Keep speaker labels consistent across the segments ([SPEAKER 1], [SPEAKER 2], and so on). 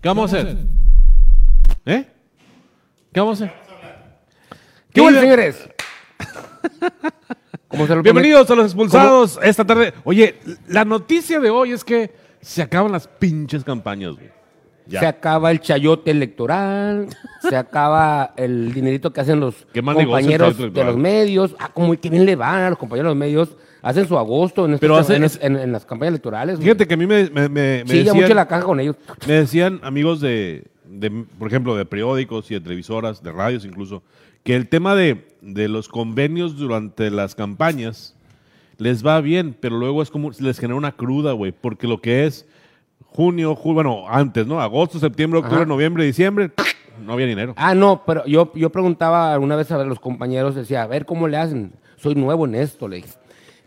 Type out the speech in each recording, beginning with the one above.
[SPEAKER 1] ¿Qué vamos a hacer? ¿Eh? ¿Qué vamos a hacer?
[SPEAKER 2] ¿Qué
[SPEAKER 1] Vive-
[SPEAKER 2] bueno, señores? Como se lo
[SPEAKER 1] Bienvenidos a los expulsados esta tarde. Oye, la noticia de hoy es que se acaban las pinches campañas, güey.
[SPEAKER 2] prometí, Se acaba el chayote electoral, se acaba el dinerito que hacen los
[SPEAKER 1] Qué mal negocio el
[SPEAKER 2] compañeros
[SPEAKER 1] chayote
[SPEAKER 2] de los
[SPEAKER 1] electoral.
[SPEAKER 2] medios. Ah, como que bien le van a los compañeros de los medios. Hacen su agosto en, estos-
[SPEAKER 1] Pero hace-
[SPEAKER 2] en, en- en las campañas electorales.
[SPEAKER 1] Fíjate que a mí me, me- me- me
[SPEAKER 2] Sí, ya
[SPEAKER 1] decían,
[SPEAKER 2] mucho la caja con ellos.
[SPEAKER 1] me decían amigos de, de, por ejemplo, de periódicos y de televisoras, de radios incluso, que el tema de, de los convenios durante las campañas les va bien, pero luego es como les genera una cruda, güey, porque lo que es junio, julio, bueno, antes, ¿no? Agosto, septiembre, octubre,
[SPEAKER 2] Ajá.
[SPEAKER 1] noviembre, diciembre, no había dinero.
[SPEAKER 2] Ah, no, pero yo, yo preguntaba alguna vez a los compañeros, decía, a ver cómo le hacen. Soy nuevo en esto, le dije.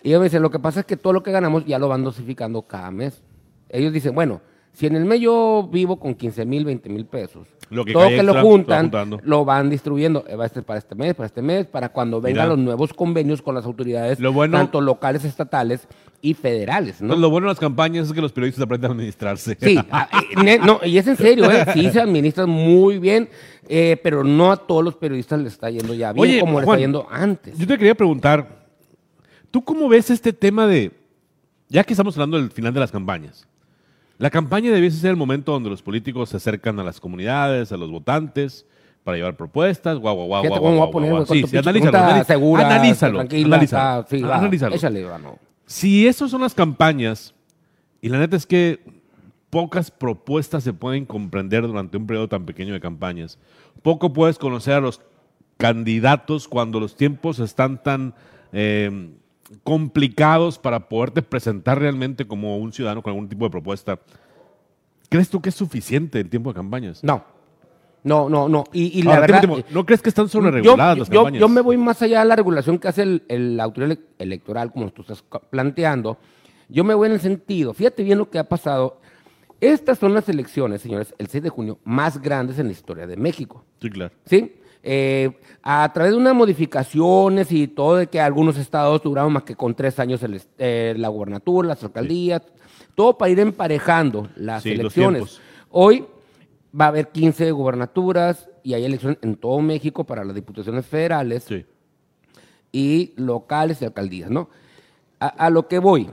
[SPEAKER 2] Y ellos me dicen, lo que pasa es que todo lo que ganamos ya lo van dosificando cada mes. Ellos dicen, bueno, si en el mes yo vivo con 15 mil, 20 mil pesos,
[SPEAKER 1] Lo que
[SPEAKER 2] todo
[SPEAKER 1] cae
[SPEAKER 2] que lo
[SPEAKER 1] extra, lo va
[SPEAKER 2] juntan,
[SPEAKER 1] juntando.
[SPEAKER 2] lo van distribuyendo. Eh, Va a ser para este mes, para este mes, para cuando vengan
[SPEAKER 1] Mira.
[SPEAKER 2] los nuevos convenios con las autoridades,
[SPEAKER 1] Lo bueno-
[SPEAKER 2] tanto locales, estatales y federales, ¿no?
[SPEAKER 1] Entonces, lo bueno de las campañas es que los periodistas aprenden a administrarse.
[SPEAKER 2] Sí, ah, eh, ne- no, y es en serio, ¿eh? sí se administran muy bien, eh, pero no a todos los periodistas les está yendo ya bien
[SPEAKER 1] Oye,
[SPEAKER 2] como les
[SPEAKER 1] Juan,
[SPEAKER 2] está yendo antes.
[SPEAKER 1] Yo te quería preguntar, ¿tú cómo ves este tema de, ya que estamos hablando del final de las campañas, la campaña debiese ser el momento donde los políticos se acercan a las comunidades, a los votantes, para llevar propuestas, guau, guau, guau,
[SPEAKER 2] Fíjate
[SPEAKER 1] guau,
[SPEAKER 2] cómo me voy
[SPEAKER 1] guau,
[SPEAKER 2] a poner,
[SPEAKER 1] guau, guau.
[SPEAKER 2] güey, con
[SPEAKER 1] Sí,
[SPEAKER 2] tu
[SPEAKER 1] sí,
[SPEAKER 2] pinche
[SPEAKER 1] analízalo,
[SPEAKER 2] pregunta
[SPEAKER 1] anali-
[SPEAKER 2] segura,
[SPEAKER 1] analízalo,
[SPEAKER 2] tranquila,
[SPEAKER 1] analízalo,
[SPEAKER 2] ah, sí, va,
[SPEAKER 1] analízalo.
[SPEAKER 2] échale, va, no.
[SPEAKER 1] Si eso son las campañas, y la neta es que pocas propuestas se pueden comprender durante un periodo tan pequeño de campañas. Poco puedes conocer a los candidatos cuando los tiempos están tan eh, complicados para poderte presentar realmente como un ciudadano con algún tipo de propuesta. ¿Crees tú que es suficiente el tiempo de campañas?
[SPEAKER 2] No, no, no, no. Y, y la
[SPEAKER 1] Ahora,
[SPEAKER 2] verdad,
[SPEAKER 1] espérame,
[SPEAKER 2] eh,
[SPEAKER 1] ¿No crees que están
[SPEAKER 2] yo-
[SPEAKER 1] sobrereguladas
[SPEAKER 2] yo,
[SPEAKER 1] las campañas?
[SPEAKER 2] yo me voy más allá de la regulación que hace el, el- la autoridad ele- electoral, como tú estás co- planteando. Yo me voy en el sentido, fíjate bien lo que ha pasado. Estas son las elecciones, señores, el 6 de junio, más grandes en la historia de México.
[SPEAKER 1] Sí, claro.
[SPEAKER 2] ¿sí? Eh, a través de unas modificaciones y todo, de que algunos estados duraron más que con tres años el est- eh, la gubernatura, las alcaldías, todo para ir emparejando las
[SPEAKER 1] Sí, los
[SPEAKER 2] elecciones.
[SPEAKER 1] tiempos.
[SPEAKER 2] Hoy va a haber 15 gubernaturas y hay elecciones en todo México para las diputaciones federales
[SPEAKER 1] Sí.
[SPEAKER 2] y locales y alcaldías, ¿no? A, a lo que voy.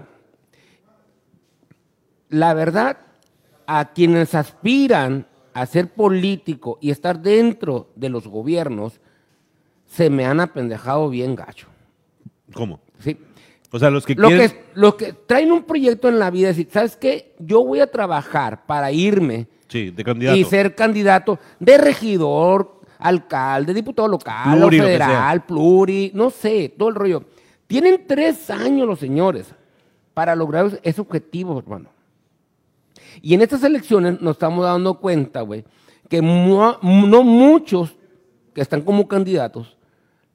[SPEAKER 2] La verdad, a quienes aspiran a ser político y estar dentro de los gobiernos, se me han apendejado bien gacho.
[SPEAKER 1] ¿Cómo?
[SPEAKER 2] ¿sí?
[SPEAKER 1] O sea, los que
[SPEAKER 2] Lo
[SPEAKER 1] quieren...
[SPEAKER 2] que, los que traen un proyecto en la vida, es decir, ¿sabes qué? Yo voy a trabajar para irme
[SPEAKER 1] Sí, de candidato.
[SPEAKER 2] y ser candidato de regidor, alcalde, diputado local,
[SPEAKER 1] Pluri,
[SPEAKER 2] o
[SPEAKER 1] lo que
[SPEAKER 2] federal, pluri, no sé, todo el rollo. Tienen tres años los señores para lograr ese objetivo, hermano. Y en estas elecciones nos estamos dando cuenta, güey, que mu- no muchos que están como candidatos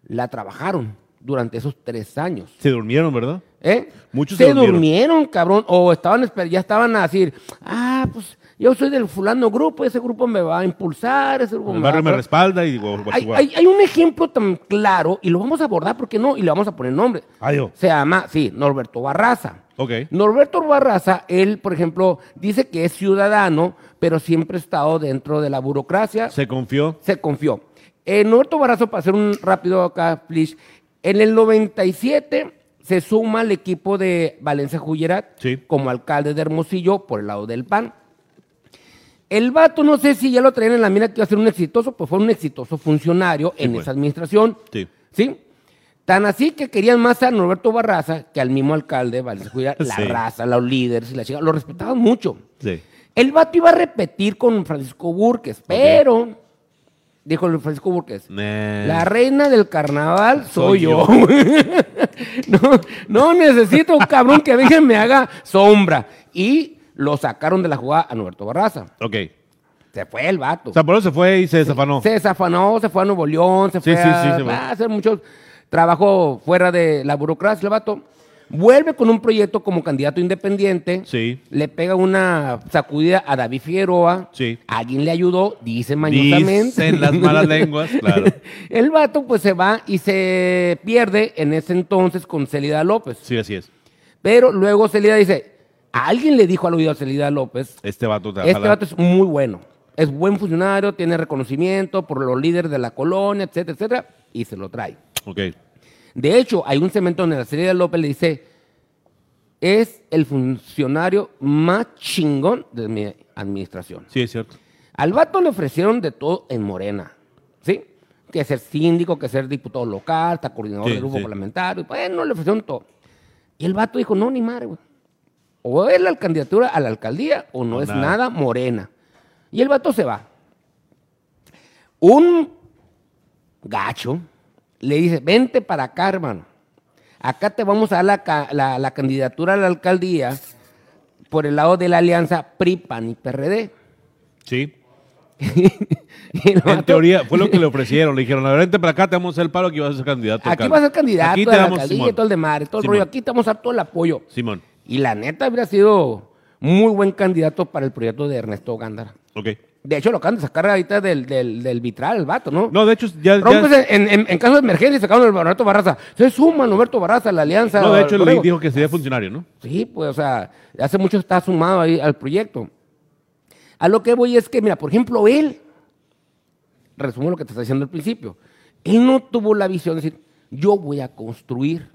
[SPEAKER 2] la trabajaron durante esos tres años.
[SPEAKER 1] Se durmieron, ¿verdad?
[SPEAKER 2] ¿Eh?
[SPEAKER 1] Muchos
[SPEAKER 2] se
[SPEAKER 1] se durmieron.
[SPEAKER 2] durmieron, cabrón, o estaban esper- ya estaban a decir, ah, pues yo soy del fulano grupo, ese grupo me va a impulsar, ese grupo
[SPEAKER 1] El
[SPEAKER 2] va a...
[SPEAKER 1] barrio me respalda y digo,
[SPEAKER 2] hay, hay- hay un ejemplo tan claro, y lo vamos a abordar, ¿por qué no? Y le vamos a poner nombre.
[SPEAKER 1] Ayo.
[SPEAKER 2] Se llama, sí, Norberto Barraza.
[SPEAKER 1] Ok.
[SPEAKER 2] Norberto Barraza, él, por ejemplo, dice que es ciudadano, pero siempre ha estado dentro de la burocracia
[SPEAKER 1] Se confió.
[SPEAKER 2] se confió. En Norberto Barrazo, para hacer un rápido acá, flish, en el 97 se suma al equipo de Valencia Jullerat
[SPEAKER 1] Sí.
[SPEAKER 2] como alcalde de Hermosillo por el lado del PAN. El vato, no sé si ya lo traían en la mina que iba a ser un exitoso, pues fue un exitoso funcionario en
[SPEAKER 1] fue.
[SPEAKER 2] esa administración.
[SPEAKER 1] pues. Sí.
[SPEAKER 2] ¿Sí? Tan así que querían más a Norberto Barraza que al mismo alcalde de Valencia Jullerat, la
[SPEAKER 1] Sí.
[SPEAKER 2] raza, los líderes y la chica, lo respetaban mucho.
[SPEAKER 1] Sí.
[SPEAKER 2] El vato iba a repetir con Francisco Burques, pero dijo el Francisco Burques,
[SPEAKER 1] Nah.
[SPEAKER 2] la reina del carnaval
[SPEAKER 1] Soy
[SPEAKER 2] soy, yo.
[SPEAKER 1] yo.
[SPEAKER 2] no, no necesito un cabrón que venga y me haga sombra. Y lo sacaron de la jugada a Norberto Barraza.
[SPEAKER 1] Ok.
[SPEAKER 2] Se fue el vato.
[SPEAKER 1] O sea, por eso se fue y se desafanó.
[SPEAKER 2] Se desafanó, se fue a Nuevo León, se
[SPEAKER 1] Sí,
[SPEAKER 2] fue
[SPEAKER 1] sí,
[SPEAKER 2] a,
[SPEAKER 1] sí, se fue.
[SPEAKER 2] a hacer mucho trabajo fuera de la burocracia, el vato. Vuelve con un proyecto como candidato independiente.
[SPEAKER 1] Sí.
[SPEAKER 2] Le pega una sacudida a David Figueroa.
[SPEAKER 1] Sí.
[SPEAKER 2] Alguien le ayudó, dice mañosamente.
[SPEAKER 1] Dicen las malas lenguas, claro.
[SPEAKER 2] El vato pues se va y se pierde en ese entonces con Celida López.
[SPEAKER 1] Sí, así es.
[SPEAKER 2] Pero luego Celida dice, alguien le dijo al oído a Celida López,
[SPEAKER 1] Este vato te va a
[SPEAKER 2] este
[SPEAKER 1] jalar.
[SPEAKER 2] vato es muy bueno. es buen funcionario, tiene reconocimiento por los líderes de la colonia, etcétera, etcétera, y se lo trae.
[SPEAKER 1] Ok.
[SPEAKER 2] De hecho, hay un segmento donde la serie de López le dice, es el funcionario más chingón de mi administración.
[SPEAKER 1] Sí, es cierto.
[SPEAKER 2] Al vato le ofrecieron de todo en Morena, ¿sí? Que ser síndico, que ser diputado local, hasta coordinador
[SPEAKER 1] Sí,
[SPEAKER 2] del grupo
[SPEAKER 1] sí.
[SPEAKER 2] parlamentario. Bueno, le ofrecieron todo. Y el vato dijo, no, ni madre, güey. O es la candidatura a la alcaldía o no
[SPEAKER 1] O
[SPEAKER 2] es
[SPEAKER 1] nada.
[SPEAKER 2] nada Morena. Y el vato se va. Un gacho le dice, vente para acá, hermano. Acá te vamos a dar la, ca- la- la candidatura a la alcaldía por el lado de la alianza PRI-PAN y PRD.
[SPEAKER 1] Sí.
[SPEAKER 2] Y el
[SPEAKER 1] En
[SPEAKER 2] Este vato,
[SPEAKER 1] teoría, fue lo que le ofrecieron. Le dijeron, a ver, vente para acá, te vamos a hacer el paro que vas a ser candidato.
[SPEAKER 2] Aquí
[SPEAKER 1] Carlos.
[SPEAKER 2] vas a ser candidato
[SPEAKER 1] Aquí
[SPEAKER 2] a
[SPEAKER 1] te
[SPEAKER 2] la
[SPEAKER 1] damos,
[SPEAKER 2] alcaldía y
[SPEAKER 1] Simón.
[SPEAKER 2] todo el demás, todo el
[SPEAKER 1] Simón.
[SPEAKER 2] rollo. Aquí te vamos a dar todo el apoyo.
[SPEAKER 1] Simón.
[SPEAKER 2] Y la neta habría sido muy buen candidato para el proyecto de Ernesto Gándara.
[SPEAKER 1] Ok.
[SPEAKER 2] De hecho, lo acaban de sacar ahorita del, del, del vitral, el vato, ¿no?
[SPEAKER 1] No, de hecho, ya...
[SPEAKER 2] Rompes
[SPEAKER 1] ya-
[SPEAKER 2] en, en- en caso de emergencia sacaron al Roberto Barraza. Se suman Roberto Barraza a la alianza.
[SPEAKER 1] no, de hecho, le
[SPEAKER 2] Borrego.
[SPEAKER 1] dijo que sería funcionario, ¿no?
[SPEAKER 2] Sí, pues, o sea, hace mucho está sumado ahí al proyecto. A lo que voy es que, mira, por ejemplo, él, resumo lo que te está diciendo al principio, él no tuvo la visión de decir, yo voy a construir,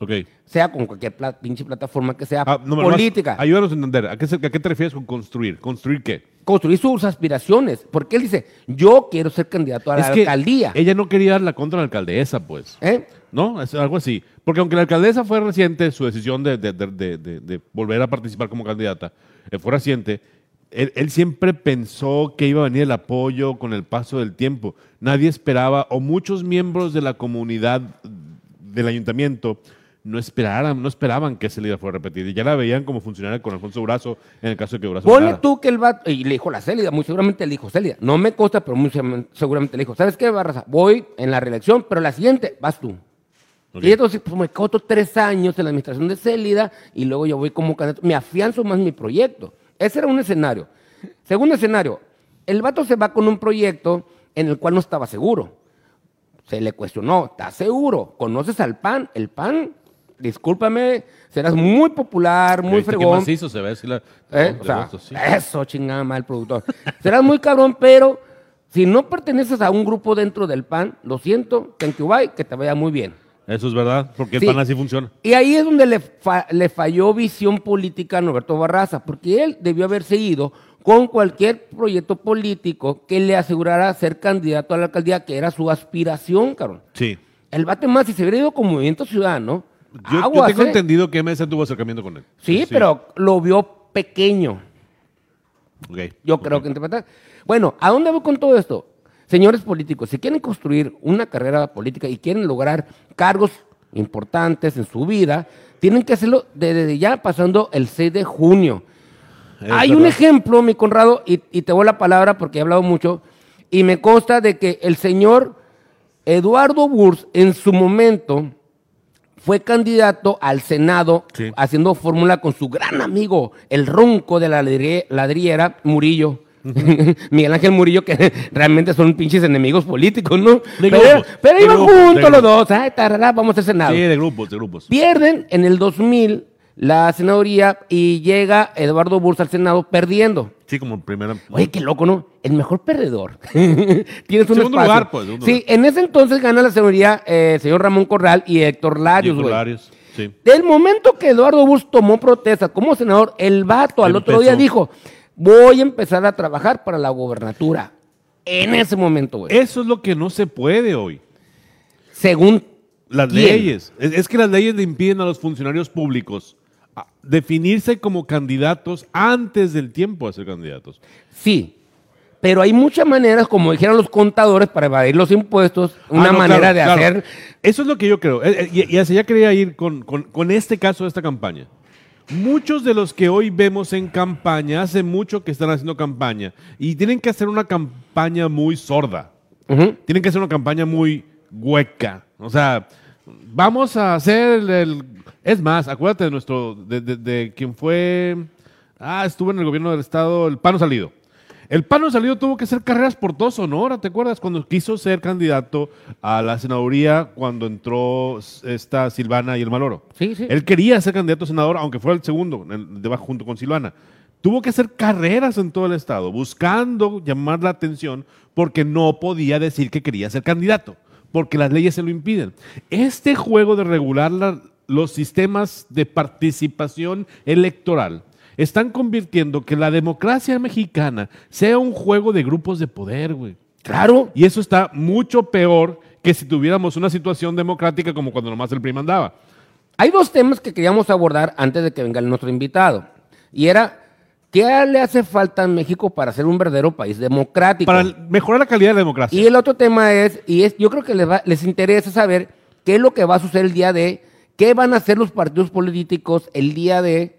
[SPEAKER 1] Ok.
[SPEAKER 2] sea con cualquier pla- pinche plataforma que sea
[SPEAKER 1] Ah, número más,
[SPEAKER 2] política,
[SPEAKER 1] ayúdanos a entender. ¿A qué, se- a qué te refieres con construir? ¿Construir qué?
[SPEAKER 2] construir sus aspiraciones, porque él dice, yo quiero ser candidato a la alcaldía.
[SPEAKER 1] ella no quería dar la contra a la alcaldesa, pues.
[SPEAKER 2] ¿eh?
[SPEAKER 1] ¿No? Es algo así. Porque aunque la alcaldesa fue reciente, su decisión de, de- de- de- de- de volver a participar como candidata eh, fue reciente, él, él siempre pensó que iba a venir el apoyo con el paso del tiempo. Nadie esperaba, o muchos miembros de la comunidad del ayuntamiento no esperaran, no esperaban que esa idea fuera repetida. Y ya la veían como funcionaria con Alfonso Brazo en el caso de que Brazo
[SPEAKER 2] Ponle
[SPEAKER 1] ganara.
[SPEAKER 2] tú que el vato, y le dijo la Célida, muy seguramente le dijo Célida, no me consta, pero muy segura- seguramente le dijo, ¿sabes qué, Barraza? Voy en la reelección, pero la siguiente vas tú.
[SPEAKER 1] Ok.
[SPEAKER 2] Y entonces, pues me quedo otros tres años en la administración de Célida y luego yo voy como candidato. Me afianzo más mi proyecto. Ese era un escenario. Segundo escenario, el vato se va con un proyecto en el cual no estaba seguro. Se le cuestionó, ¿estás seguro? ¿Conoces al PAN? El PAN, discúlpame, serás muy popular, muy
[SPEAKER 1] ¿Viste qué
[SPEAKER 2] fregón.
[SPEAKER 1] macizo se ve? Sí, la-
[SPEAKER 2] ¿Eh?
[SPEAKER 1] de
[SPEAKER 2] O sea,
[SPEAKER 1] Brazo, sí.
[SPEAKER 2] eso, chingada mal productor. Serás muy cabrón, pero si no perteneces a un grupo dentro del PAN, lo siento, thank you, bye, que te vaya muy bien.
[SPEAKER 1] Eso es verdad, porque el
[SPEAKER 2] Sí.
[SPEAKER 1] pan así funciona.
[SPEAKER 2] Y ahí es donde le, fa- le falló visión política a Norberto Barraza, porque él debió haberse ido con cualquier proyecto político que le asegurara ser candidato a la alcaldía, que era su aspiración, cabrón.
[SPEAKER 1] Sí.
[SPEAKER 2] El bate más, si se hubiera ido con Movimiento Ciudadano,
[SPEAKER 1] Yo, yo
[SPEAKER 2] aguas,
[SPEAKER 1] tengo
[SPEAKER 2] ¿eh?
[SPEAKER 1] entendido que MS tuvo acercamiento con él.
[SPEAKER 2] Sí, pero lo vio pequeño.
[SPEAKER 1] Ok.
[SPEAKER 2] Yo creo
[SPEAKER 1] Ok.
[SPEAKER 2] que interpretar. Bueno, ¿a dónde voy con todo esto? Señores políticos, si quieren construir una carrera política y quieren lograr cargos importantes en su vida, tienen que hacerlo desde ya pasando el 6 de junio.
[SPEAKER 1] Es
[SPEAKER 2] Hay un
[SPEAKER 1] verdad.
[SPEAKER 2] ejemplo, mi Conrado, y, y te voy la palabra porque he hablado mucho, y me consta de que el señor Eduardo Burs en su momento fue candidato al Senado
[SPEAKER 1] Sí.
[SPEAKER 2] haciendo fórmula con su gran amigo, el ronco de la ladrie- ladriera, Murillo. Miguel Ángel Murillo, que realmente son pinches enemigos políticos, ¿no?
[SPEAKER 1] De
[SPEAKER 2] pero
[SPEAKER 1] grupo,
[SPEAKER 2] pero
[SPEAKER 1] de
[SPEAKER 2] iban
[SPEAKER 1] grupo, de
[SPEAKER 2] juntos los
[SPEAKER 1] grupo.
[SPEAKER 2] dos. Ay, tarará, vamos al Senado.
[SPEAKER 1] Sí, de grupos, de grupos.
[SPEAKER 2] Pierden en el 2000 la senaduría y llega Eduardo Bursa al Senado perdiendo.
[SPEAKER 1] Sí, como primera.
[SPEAKER 2] Oye, qué loco, ¿no? El mejor perdedor. Tienes un
[SPEAKER 1] Segundo
[SPEAKER 2] espacio.
[SPEAKER 1] lugar, pues, segundo
[SPEAKER 2] sí, en ese entonces gana la senaduría eh, el señor Ramón Corral y Héctor Larios,
[SPEAKER 1] Diego
[SPEAKER 2] güey.
[SPEAKER 1] Larios, Sí.
[SPEAKER 2] Del momento que Eduardo Bus tomó protesta como senador, el vato al otro
[SPEAKER 1] Empezó.
[SPEAKER 2] día dijo, voy a empezar a trabajar para la gobernatura. En ese momento, güey.
[SPEAKER 1] Eso es lo que no se puede hoy.
[SPEAKER 2] Según
[SPEAKER 1] Las
[SPEAKER 2] ¿Quién?
[SPEAKER 1] leyes. Es, es que las leyes le impiden a los funcionarios públicos a- definirse como candidatos antes del tiempo a ser candidatos.
[SPEAKER 2] Sí, pero hay muchas maneras, como dijeron los contadores, para evadir los impuestos, una
[SPEAKER 1] Ah, no,
[SPEAKER 2] manera
[SPEAKER 1] claro,
[SPEAKER 2] de
[SPEAKER 1] claro.
[SPEAKER 2] hacer...
[SPEAKER 1] Eso es lo que yo creo. Eh, eh, Y, y hacia allá quería ir con, con- con este caso de esta campaña. Muchos de los que hoy vemos en campaña, hace mucho que están haciendo campaña, y tienen que hacer una campaña muy sorda.
[SPEAKER 2] Ujú.
[SPEAKER 1] Tienen que hacer una campaña muy hueca. O sea, vamos a hacer el... el- es más, acuérdate de nuestro... De, de- de quien fue... Ah, estuvo en el gobierno del estado, el Pano Salido. El Pano Salido tuvo que hacer carreras por todo Sonora, ¿te acuerdas? Cuando quiso ser candidato a la senaduría cuando entró esta Silvana y el Maloro.
[SPEAKER 2] Sí, sí.
[SPEAKER 1] Él quería ser candidato a senador, aunque fuera el segundo, en el- debajo junto con Silvana. Tuvo que hacer carreras en todo el estado, buscando llamar la atención porque no podía decir que quería ser candidato, porque las leyes se lo impiden. Este juego de regular la- los sistemas de participación electoral están convirtiendo que la democracia mexicana sea un juego de grupos de poder, güey.
[SPEAKER 2] Claro.
[SPEAKER 1] Y eso está mucho peor que si tuviéramos una situación democrática como cuando nomás el PRI mandaba.
[SPEAKER 2] Hay dos temas que queríamos abordar antes de que venga nuestro invitado. Y era, ¿qué le hace falta a México para ser un verdadero país democrático?
[SPEAKER 1] Para mejorar la calidad de la democracia.
[SPEAKER 2] Y el otro tema es, y es, yo creo que les, va- les interesa saber qué es lo que va a suceder el día de, qué van a hacer los partidos políticos el día de,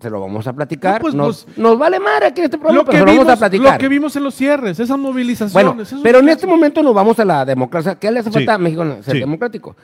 [SPEAKER 2] se lo vamos a platicar.
[SPEAKER 1] No, pues,
[SPEAKER 2] nos,
[SPEAKER 1] pues,
[SPEAKER 2] nos vale madre aquí en este programa, pero se lo vamos a platicar.
[SPEAKER 1] lo que vimos en los cierres, esas movilizaciones.
[SPEAKER 2] bueno,
[SPEAKER 1] esos
[SPEAKER 2] pero en
[SPEAKER 1] muchachos.
[SPEAKER 2] este momento nos vamos a la democracia. ¿Qué le hace
[SPEAKER 1] Sí.
[SPEAKER 2] falta a México en ser
[SPEAKER 1] Sí.
[SPEAKER 2] democrático?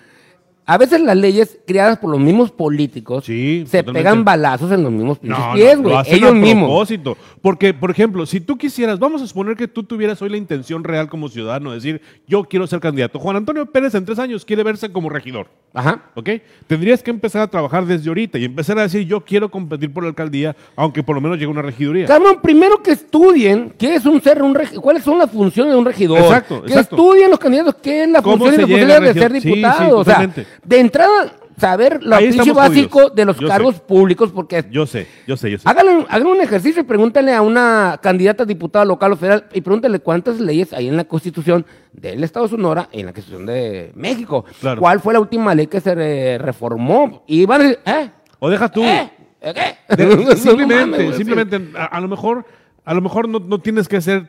[SPEAKER 2] A veces las leyes creadas por los mismos políticos
[SPEAKER 1] Sí,
[SPEAKER 2] se
[SPEAKER 1] totalmente.
[SPEAKER 2] pegan balazos en los mismos
[SPEAKER 1] No,
[SPEAKER 2] pinches
[SPEAKER 1] no,
[SPEAKER 2] pies,
[SPEAKER 1] lo
[SPEAKER 2] güey.
[SPEAKER 1] hacen
[SPEAKER 2] Ellos
[SPEAKER 1] a
[SPEAKER 2] mismos.
[SPEAKER 1] propósito. Porque, por ejemplo, si tú quisieras, vamos a suponer que tú tuvieras hoy la intención real como ciudadano, de decir, yo quiero ser candidato. Juan Antonio Pérez en tres años quiere verse como regidor.
[SPEAKER 2] Ajá.
[SPEAKER 1] ¿Ok? Tendrías que empezar a trabajar desde ahorita y empezar a decir, yo quiero competir por la alcaldía, aunque por lo menos llegue a una regiduría.
[SPEAKER 2] Cabrón, primero que estudien qué es un ser, un regi- cuáles son las funciones de un regidor.
[SPEAKER 1] Exacto,
[SPEAKER 2] que
[SPEAKER 1] exacto.
[SPEAKER 2] estudien los candidatos qué es la
[SPEAKER 1] ¿Cómo
[SPEAKER 2] función y
[SPEAKER 1] se
[SPEAKER 2] la
[SPEAKER 1] llega
[SPEAKER 2] función de
[SPEAKER 1] a
[SPEAKER 2] ser
[SPEAKER 1] regidor? Sí,
[SPEAKER 2] diputado.
[SPEAKER 1] sí,
[SPEAKER 2] o sea,
[SPEAKER 1] totalmente.
[SPEAKER 2] de entrada, saber lo
[SPEAKER 1] Ahí
[SPEAKER 2] pinche
[SPEAKER 1] estamos jodidos.
[SPEAKER 2] básico de los
[SPEAKER 1] Yo sé.
[SPEAKER 2] cargos públicos, porque
[SPEAKER 1] Yo sé, yo sé, yo sé.
[SPEAKER 2] Háganle, hagan un ejercicio y pregúntale a una candidata a diputada local o federal y pregúntale cuántas leyes hay en la Constitución del Estado de Sonora y en la Constitución de México.
[SPEAKER 1] Claro.
[SPEAKER 2] ¿Cuál fue la última ley que se eh, reformó? Y van a decir, ¿eh?
[SPEAKER 1] O deja tú.
[SPEAKER 2] ¿Eh? ¿Eh? ¿Qué?
[SPEAKER 1] De-
[SPEAKER 2] No mames,
[SPEAKER 1] simplemente,
[SPEAKER 2] güey, sí.
[SPEAKER 1] simplemente, a, a lo mejor, a lo mejor no, no tienes que ser,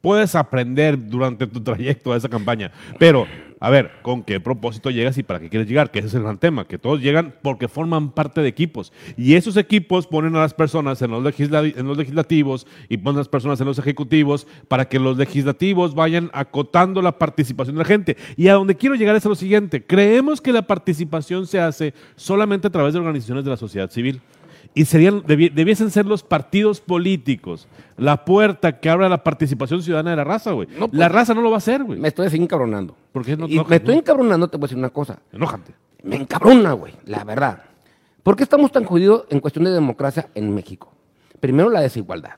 [SPEAKER 1] puedes aprender durante tu trayecto a esa campaña, pero a ver, ¿con qué propósito llegas y para qué quieres llegar? Que ese es el gran tema, que todos llegan porque forman parte de equipos y esos equipos ponen a las personas en los, legisla- en los legislativos y ponen a las personas en los ejecutivos para que los legislativos vayan acotando la participación de la gente. Y a donde quiero llegar es a lo siguiente, creemos que la participación se hace solamente a través de organizaciones de la sociedad civil y serían, debi- debiesen ser los partidos políticos la puerta que abra la participación ciudadana de la raza, güey.
[SPEAKER 2] No, pues-
[SPEAKER 1] la raza no lo va a hacer, güey.
[SPEAKER 2] Me estoy así encabronando.
[SPEAKER 1] ¿Por qué no-
[SPEAKER 2] Y
[SPEAKER 1] no-
[SPEAKER 2] me estoy encabronando, te voy a decir una cosa.
[SPEAKER 1] Enójate.
[SPEAKER 2] Me encabrona, güey, la verdad. ¿Por qué estamos tan jodidos en cuestión de democracia en México? Primero, la desigualdad.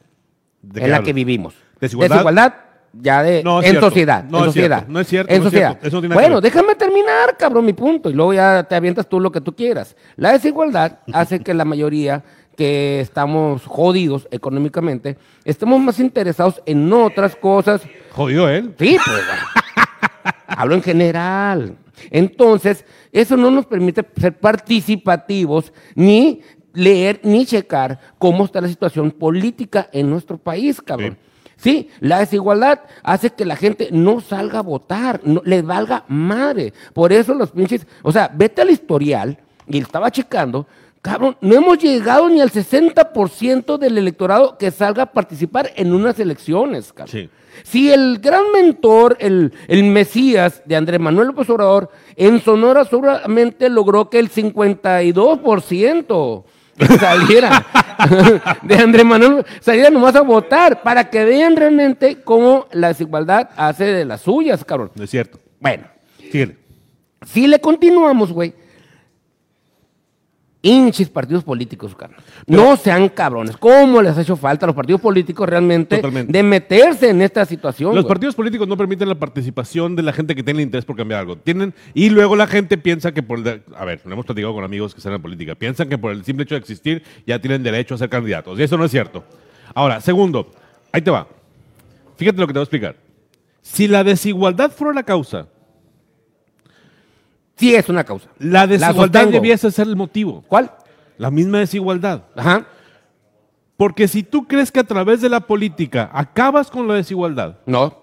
[SPEAKER 1] ¿De
[SPEAKER 2] en
[SPEAKER 1] qué
[SPEAKER 2] la
[SPEAKER 1] hablas?
[SPEAKER 2] que vivimos.
[SPEAKER 1] ¿Desigualdad?
[SPEAKER 2] ya de
[SPEAKER 1] No, es
[SPEAKER 2] en
[SPEAKER 1] cierto.
[SPEAKER 2] sociedad,
[SPEAKER 1] No,
[SPEAKER 2] en
[SPEAKER 1] es
[SPEAKER 2] sociedad.
[SPEAKER 1] cierto. No es cierto,
[SPEAKER 2] en
[SPEAKER 1] no es
[SPEAKER 2] sociedad.
[SPEAKER 1] cierto. Eso no tiene nada que
[SPEAKER 2] bueno,
[SPEAKER 1] ver.
[SPEAKER 2] déjame terminar, cabrón, mi punto y luego ya te avientas tú lo que tú quieras. La desigualdad hace que la mayoría que estamos jodidos económicamente, estemos más interesados en otras cosas.
[SPEAKER 1] Jodido él.
[SPEAKER 2] Sí, pues. güey. Hablo en general. Entonces, eso no nos permite ser participativos ni leer ni checar cómo está la situación política en nuestro país, cabrón. Sí, la desigualdad hace que la gente no salga a votar, no, les valga madre. Por eso los pinches, o sea, vete al historial, y estaba checando, cabrón, no hemos llegado ni al 60% del electorado que salga a participar en unas elecciones, cabrón.
[SPEAKER 1] Sí.
[SPEAKER 2] Si el gran mentor, el, el Mesías de Andrés Manuel López Obrador, en Sonora solamente logró que el 52% saliera de Andrés Manuel, saliera nomás a votar, para que vean realmente cómo la desigualdad hace de las suyas, cabrón.
[SPEAKER 1] No es cierto.
[SPEAKER 2] Bueno,
[SPEAKER 1] Síguele.
[SPEAKER 2] si le continuamos, güey. Hinches partidos políticos, cabrón. no sean cabrones. ¿Cómo les ha hecho falta a los partidos políticos realmente
[SPEAKER 1] Totalmente.
[SPEAKER 2] de meterse en esta situación?
[SPEAKER 1] Los
[SPEAKER 2] güey?
[SPEAKER 1] partidos políticos no permiten la participación de la gente que tiene interés por cambiar algo. Tienen, y luego la gente piensa que por el- a ver, lo hemos platicado con amigos que están en la política, piensan que por el simple hecho de existir ya tienen derecho a ser candidatos. Y eso no es cierto. Ahora, segundo, ahí te va. Fíjate lo que te voy a explicar. Si la desigualdad fuera la causa,
[SPEAKER 2] Sí, es una causa.
[SPEAKER 1] la desigualdad
[SPEAKER 2] sostengo.
[SPEAKER 1] debiese ser el motivo.
[SPEAKER 2] ¿Cuál?
[SPEAKER 1] La misma desigualdad.
[SPEAKER 2] Ajá.
[SPEAKER 1] Porque si tú crees que a través de la política acabas con la desigualdad,
[SPEAKER 2] No.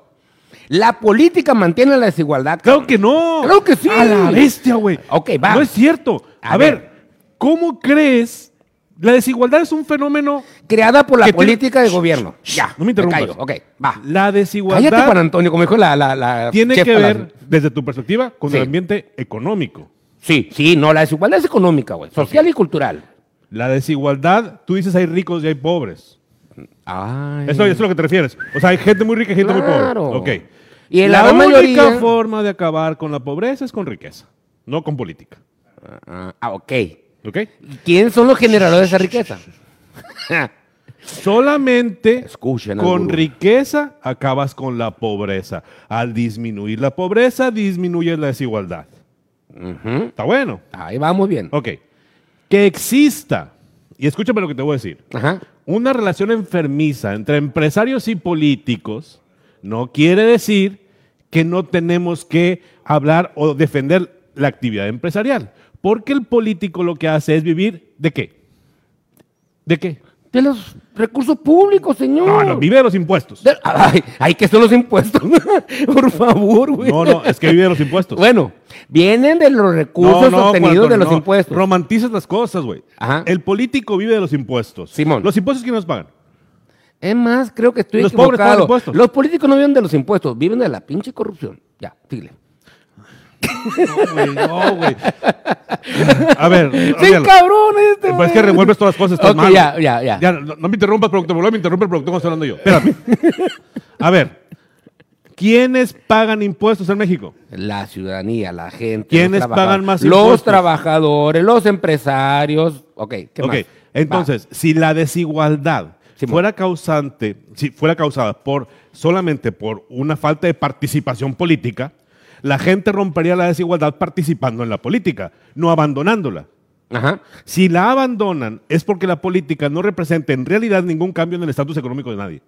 [SPEAKER 2] La política mantiene la desigualdad.
[SPEAKER 1] Claro que no.
[SPEAKER 2] Claro que sí.
[SPEAKER 1] A la bestia, güey.
[SPEAKER 2] Ok, va.
[SPEAKER 1] No es cierto. A,
[SPEAKER 2] A
[SPEAKER 1] ver,
[SPEAKER 2] ver.
[SPEAKER 1] ¿cómo crees? La desigualdad es un fenómeno.
[SPEAKER 2] Creada por la
[SPEAKER 1] Que te-
[SPEAKER 2] política de gobierno. ya.
[SPEAKER 1] no me interrumpas.
[SPEAKER 2] callo. Ok, va.
[SPEAKER 1] La desigualdad
[SPEAKER 2] Cállate, Juan Antonio, como dijo la. la, la
[SPEAKER 1] tiene
[SPEAKER 2] chef
[SPEAKER 1] que
[SPEAKER 2] a la-
[SPEAKER 1] ver, desde tu perspectiva, con
[SPEAKER 2] Sí.
[SPEAKER 1] el ambiente económico.
[SPEAKER 2] Sí, sí, no, la desigualdad es económica, güey. Social y cultural.
[SPEAKER 1] La desigualdad, tú dices hay ricos y hay pobres.
[SPEAKER 2] Ay.
[SPEAKER 1] Eso, eso es a lo que te refieres. O sea, hay gente muy rica y gente
[SPEAKER 2] Claro.
[SPEAKER 1] muy pobre. Ok.
[SPEAKER 2] Y en la
[SPEAKER 1] la
[SPEAKER 2] gran
[SPEAKER 1] única
[SPEAKER 2] mayoría-
[SPEAKER 1] forma de acabar con la pobreza es con riqueza, no con política.
[SPEAKER 2] Ah, ah, ok.
[SPEAKER 1] ¿Ok?
[SPEAKER 2] ¿Quién son los generadores de esa riqueza?
[SPEAKER 1] Solamente
[SPEAKER 2] Escuchen al
[SPEAKER 1] con
[SPEAKER 2] gurú.
[SPEAKER 1] riqueza acabas con la pobreza. Al disminuir la pobreza, disminuyes la desigualdad. Está bueno.
[SPEAKER 2] Ahí vamos bien.
[SPEAKER 1] Ok. Que exista, y escúchame lo que te voy a decir,
[SPEAKER 2] Ajá.
[SPEAKER 1] una relación enfermiza entre empresarios y políticos no quiere decir que no tenemos que hablar o defender la actividad empresarial. Porque el político lo que hace es vivir de qué? ¿De qué?
[SPEAKER 2] De los recursos públicos, señor.
[SPEAKER 1] No, no, vive de los impuestos.
[SPEAKER 2] Uh. De- Ay, ay, que son los impuestos. Por favor, güey.
[SPEAKER 1] No, no, es que vive de los impuestos.
[SPEAKER 2] Bueno, vienen de los
[SPEAKER 1] No,
[SPEAKER 2] recursos
[SPEAKER 1] no,
[SPEAKER 2] obtenidos
[SPEAKER 1] Juan Antonio,
[SPEAKER 2] de los
[SPEAKER 1] no.
[SPEAKER 2] impuestos.
[SPEAKER 1] Romantizas las cosas, güey.
[SPEAKER 2] Ajá.
[SPEAKER 1] El político vive de los impuestos.
[SPEAKER 2] Simón.
[SPEAKER 1] ¿Los impuestos quién nos pagan?
[SPEAKER 2] Es más, creo que estoy
[SPEAKER 1] Los pobres pagan
[SPEAKER 2] equivocado.
[SPEAKER 1] impuestos.
[SPEAKER 2] los políticos no viven de los impuestos, viven de la pinche corrupción. Ya, dile.
[SPEAKER 1] No, güey. A ver.
[SPEAKER 2] ¡Sí,
[SPEAKER 1] olvídalo.
[SPEAKER 2] cabrón este!
[SPEAKER 1] Ah, Pues es que
[SPEAKER 2] güey!
[SPEAKER 1] revuelves todas las cosas, estás
[SPEAKER 2] Ok,
[SPEAKER 1] mal.
[SPEAKER 2] ya, ya, ya.
[SPEAKER 1] no, no me interrumpas, productor, porque luego me interrumpe el productor cuando estoy hablando yo. Espérame. A ver. ¿Quiénes pagan impuestos en México?
[SPEAKER 2] La ciudadanía, la gente.
[SPEAKER 1] ¿Quiénes
[SPEAKER 2] los trabajadores.
[SPEAKER 1] pagan más
[SPEAKER 2] Los
[SPEAKER 1] impuestos?
[SPEAKER 2] trabajadores, los empresarios. Ok, ¿qué
[SPEAKER 1] Ok,
[SPEAKER 2] más?
[SPEAKER 1] entonces, si la desigualdad
[SPEAKER 2] Simón.
[SPEAKER 1] fuera causante, si fuera causada por solamente por una falta de participación política, la gente rompería la desigualdad participando en la política, no abandonándola.
[SPEAKER 2] Va. Ajá.
[SPEAKER 1] Si la abandonan es porque la política no representa en realidad ningún cambio en el estatus económico de nadie.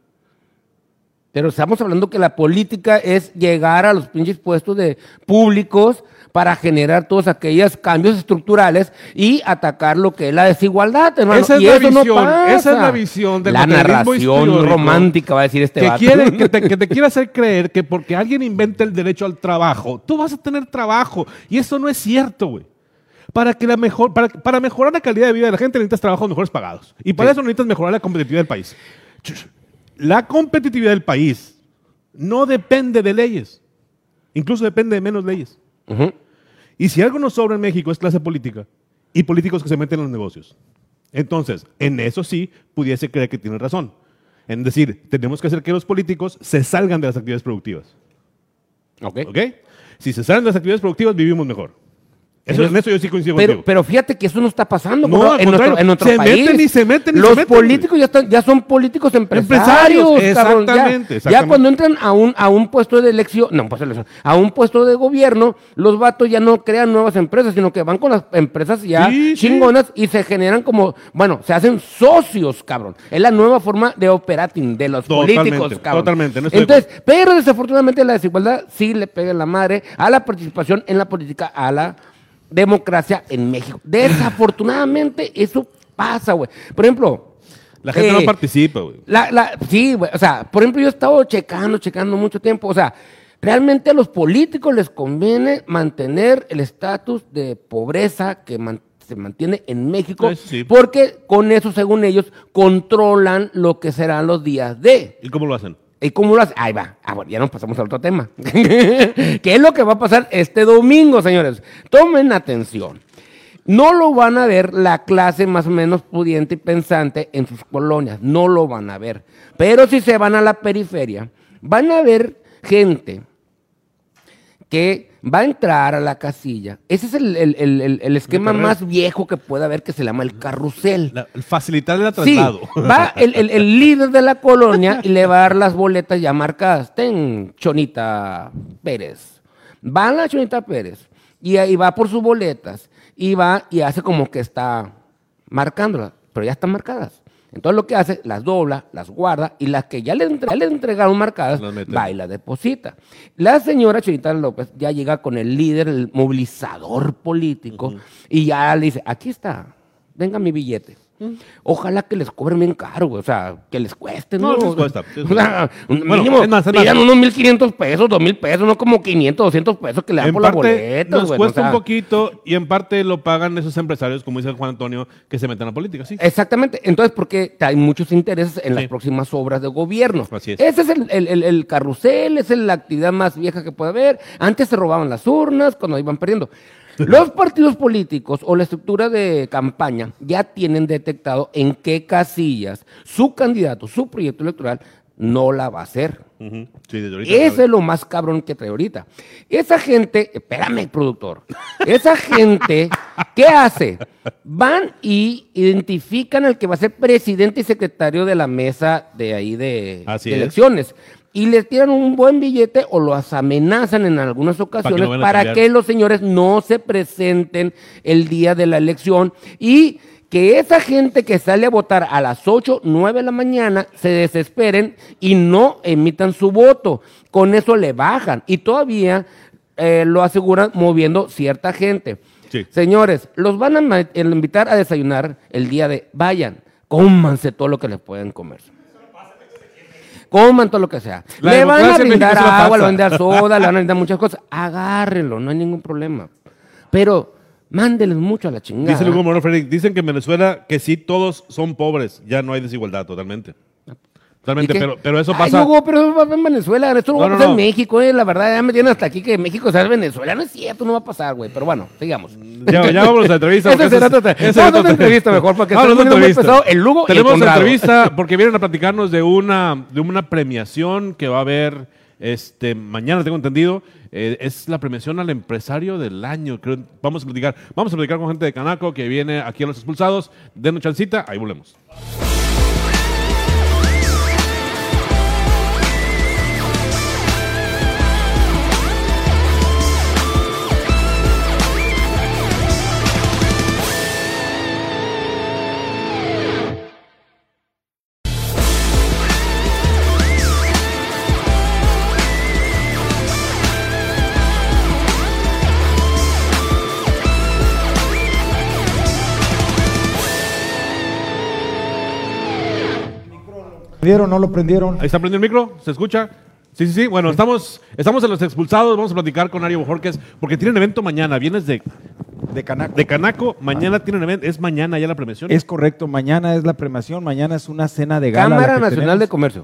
[SPEAKER 2] Pero estamos hablando que la política es llegar a los pinches puestos de públicos para generar todos aquellos cambios estructurales y atacar lo que es la desigualdad, hermano.
[SPEAKER 1] Esa es
[SPEAKER 2] y
[SPEAKER 1] la
[SPEAKER 2] eso no
[SPEAKER 1] visión,
[SPEAKER 2] pasa.
[SPEAKER 1] esa es la visión del
[SPEAKER 2] La
[SPEAKER 1] materialismo
[SPEAKER 2] narración
[SPEAKER 1] histórico
[SPEAKER 2] romántica va a decir este
[SPEAKER 1] que,
[SPEAKER 2] vato.
[SPEAKER 1] quiere, que, te, que te quiere hacer creer que porque alguien inventa el derecho al trabajo, tú vas a tener trabajo. Y eso no es cierto, güey. Para, que la mejor, para, para mejorar la calidad de vida de la gente necesitas trabajos mejores pagados. Y para
[SPEAKER 2] Sí.
[SPEAKER 1] eso necesitas mejorar la competitividad del país. Ch- La competitividad del país no depende de leyes. Incluso depende de menos leyes.
[SPEAKER 2] Ujú.
[SPEAKER 1] Y si algo nos sobra en México es clase política y políticos que se meten en los negocios. Entonces, en eso sí pudiese creer que tiene razón. En decir, tenemos que hacer que los políticos se salgan de las actividades productivas.
[SPEAKER 2] Ok.
[SPEAKER 1] ¿Ok? Si se salen de las actividades productivas, vivimos mejor. Eso,
[SPEAKER 2] Pero-
[SPEAKER 1] en eso yo sí coincido
[SPEAKER 2] Pero,
[SPEAKER 1] contigo.
[SPEAKER 2] pero fíjate que eso no está pasando
[SPEAKER 1] No,
[SPEAKER 2] compa-
[SPEAKER 1] al
[SPEAKER 2] en nuestro,
[SPEAKER 1] contrario,
[SPEAKER 2] en nuestro
[SPEAKER 1] se
[SPEAKER 2] país.
[SPEAKER 1] meten y se meten y
[SPEAKER 2] Los
[SPEAKER 1] se meten,
[SPEAKER 2] políticos ya, están- ya son políticos empresarios.
[SPEAKER 1] Empresarios,
[SPEAKER 2] cabrón, ya.
[SPEAKER 1] exactamente,
[SPEAKER 2] ya,
[SPEAKER 1] exactamente.
[SPEAKER 2] cuando entran a un, a un puesto de elección, no, pues, elección, a un puesto de gobierno, los vatos ya no crean nuevas empresas, sino que van con las empresas ya
[SPEAKER 1] Sí, sí.
[SPEAKER 2] chingonas y se generan como, bueno, se hacen socios, cabrón. Es la nueva forma de operating de los
[SPEAKER 1] Totalmente,
[SPEAKER 2] políticos, cabrón.
[SPEAKER 1] totalmente, no estoy de
[SPEAKER 2] Entonces, pero desafortunadamente la desigualdad sí le pega en la madre a la participación en la política, a la democracia en México. Desafortunadamente eso pasa, güey. Por ejemplo...
[SPEAKER 1] la gente no
[SPEAKER 2] eh,
[SPEAKER 1] participa, güey.
[SPEAKER 2] la- la- sí, güey. O sea, por ejemplo, yo he estado checando, checando mucho tiempo. O sea, realmente a los políticos les conviene mantener el estatus de pobreza que man- se mantiene en México.
[SPEAKER 1] Eh, sí.
[SPEAKER 2] Porque con eso, según ellos, controlan lo que serán los días de.
[SPEAKER 1] ¿Y cómo lo hacen?
[SPEAKER 2] ¿Y cómo lo hace? Ahí va. Ah, bueno, ya nos pasamos al otro tema. ¿Qué es lo que va a pasar este domingo, señores? Tomen atención. No lo van a ver la clase más o menos pudiente y pensante en sus colonias. No lo van a ver. Pero si se van a la periferia, van a ver gente que va a entrar a la casilla. Ese es el, el- el- el- el esquema
[SPEAKER 1] carrera.
[SPEAKER 2] más viejo que puede haber que se llama el carrusel.
[SPEAKER 1] La- facilitar el
[SPEAKER 2] Sí,
[SPEAKER 1] traslado.
[SPEAKER 2] va el, el- el líder de la colonia y le va a dar las boletas ya marcadas. Ten, Chonita Pérez. Va la Chonita Pérez y ahí va por sus boletas y va y hace como que está marcándolas, pero ya están marcadas. Entonces lo que hace, las dobla, las guarda y las que ya le, entre- ya le entregaron marcadas,
[SPEAKER 1] Las mete.
[SPEAKER 2] va y las deposita. La señora Chonita López ya llega con el líder, el movilizador político y ya le dice, aquí está, venga mi billete.
[SPEAKER 1] Mm.
[SPEAKER 2] Ojalá que les cobren bien caro, güey. O sea, que les cueste, ¿no?
[SPEAKER 1] No, les cuesta, les
[SPEAKER 2] O sea, un
[SPEAKER 1] Bueno,
[SPEAKER 2] mínimo,
[SPEAKER 1] es más, es más.
[SPEAKER 2] pidan unos 1.500 pesos, 2.000 pesos, no como 500, 200 pesos que le dan
[SPEAKER 1] En
[SPEAKER 2] por la
[SPEAKER 1] parte
[SPEAKER 2] boleta,
[SPEAKER 1] nos
[SPEAKER 2] güey. o
[SPEAKER 1] cuesta
[SPEAKER 2] sea,
[SPEAKER 1] un poquito y en parte lo pagan esos empresarios, como dice Juan Antonio, que se meten a la política, sí.
[SPEAKER 2] Exactamente. Entonces, porque hay muchos intereses en las
[SPEAKER 1] Sí.
[SPEAKER 2] próximas obras de gobierno.
[SPEAKER 1] Así es.
[SPEAKER 2] Ese es el, el- el- el carrusel, esa es la actividad más vieja que puede haber. Antes se robaban las urnas cuando iban perdiendo. Los partidos políticos o la estructura de campaña ya tienen detectado en qué casillas su candidato, su proyecto electoral no la va a hacer.
[SPEAKER 1] Ujú. Sí, desde ahorita
[SPEAKER 2] Eso
[SPEAKER 1] sabe.
[SPEAKER 2] es lo más cabrón que trae ahorita. Esa gente, espérame, productor. Esa gente, ¿qué hace? Van y identifican al que va a ser presidente y secretario de la mesa de ahí de,
[SPEAKER 1] Así
[SPEAKER 2] de
[SPEAKER 1] es.
[SPEAKER 2] elecciones. Y le tiran un buen billete o los amenazan en algunas ocasiones
[SPEAKER 1] vayan a
[SPEAKER 2] para
[SPEAKER 1] cambiar.
[SPEAKER 2] que los señores no se presenten el día de la elección y que esa gente que sale a votar a las 8, 9 de la mañana se desesperen y no emitan su voto. Con eso le bajan y todavía eh, lo aseguran moviendo cierta gente.
[SPEAKER 1] Sí.
[SPEAKER 2] Señores, los van a ma- el invitar a desayunar el día de vayan, cómanse todo lo que les pueden comer. Coman todo lo que sea.
[SPEAKER 1] La
[SPEAKER 2] le van a
[SPEAKER 1] democracia en
[SPEAKER 2] brindar
[SPEAKER 1] México se la
[SPEAKER 2] agua, le van a
[SPEAKER 1] pasa.
[SPEAKER 2] brindar soda, le van a brindar muchas cosas. Agárrenlo, no hay ningún problema. Pero mándenles mucho a la chingada.
[SPEAKER 1] Dice Lugo Moreno Frederick, dicen que en Venezuela que sí todos son pobres, ya no hay desigualdad totalmente.
[SPEAKER 2] ¿Y
[SPEAKER 1] Totalmente,
[SPEAKER 2] qué?
[SPEAKER 1] pero, pero eso
[SPEAKER 2] Ay,
[SPEAKER 1] pasa.
[SPEAKER 2] Hugo, pero eso va a pasar en Venezuela, esto no,
[SPEAKER 1] No,
[SPEAKER 2] va a
[SPEAKER 1] no,
[SPEAKER 2] pasar en
[SPEAKER 1] no.
[SPEAKER 2] México, eh, la verdad, ya me tienen hasta aquí que México sea Venezuela, no es cierto, no va a pasar, güey, pero bueno, sigamos.
[SPEAKER 1] Ya, ya vámonos a la entrevista.
[SPEAKER 2] Esa
[SPEAKER 1] porque
[SPEAKER 2] será
[SPEAKER 1] ese es-
[SPEAKER 2] otra-
[SPEAKER 1] ese es
[SPEAKER 2] no,
[SPEAKER 1] otro
[SPEAKER 2] otra
[SPEAKER 1] tema.
[SPEAKER 2] entrevista mejor, porque
[SPEAKER 1] Vámonos
[SPEAKER 2] está
[SPEAKER 1] a otra
[SPEAKER 2] poniendo muy
[SPEAKER 1] entrevista.
[SPEAKER 2] pesado el Lugo y el
[SPEAKER 1] Tenemos
[SPEAKER 2] Conrado.
[SPEAKER 1] entrevista porque vienen a platicarnos de una, de una premiación que va a haber este, mañana, tengo entendido. Eh, es la premiación al empresario del año. creo. Vamos a platicar. Vamos a platicar con gente de Canaco que viene aquí a los expulsados. Denos chancita, ahí volvemos.
[SPEAKER 3] ¿Prendieron no lo prendieron?
[SPEAKER 1] Ahí está prendido el micro, ¿se escucha? Sí, sí, sí. Bueno, estamos, estamos en los expulsados. Vamos a platicar con Ario Bojorquez porque tienen evento mañana. Vienes de,
[SPEAKER 3] De Canaco.
[SPEAKER 1] de Canaco. Mañana tienen evento. Es mañana ya la premiación.
[SPEAKER 3] Es correcto, mañana es la premiación, mañana es una cena de gala.
[SPEAKER 2] Cámara Nacional de Comercio.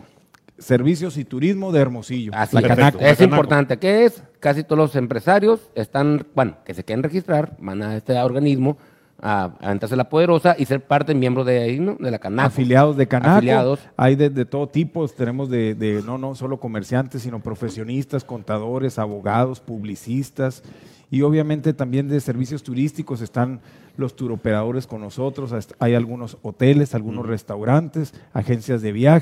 [SPEAKER 3] de Servicios y Turismo de Hermosillo.
[SPEAKER 2] Así
[SPEAKER 3] la
[SPEAKER 2] es.
[SPEAKER 3] Canaco.
[SPEAKER 1] Perfecto.
[SPEAKER 2] Es
[SPEAKER 1] Canaco.
[SPEAKER 2] importante que es, casi todos los empresarios están, bueno, que se quieren registrar, van a este organismo a, a entrarse la poderosa y ser parte, miembro de ahí, ¿no? De la Canaco.
[SPEAKER 3] Afiliados de Canaco.
[SPEAKER 2] Afiliados.
[SPEAKER 3] Hay de, de todo tipo, tenemos de, de- no, no solo comerciantes, sino profesionistas, contadores, abogados, publicistas y obviamente también de servicios turísticos están los turoperadores con nosotros, hasta- hay algunos hoteles, algunos restaurantes, agencias de viaje.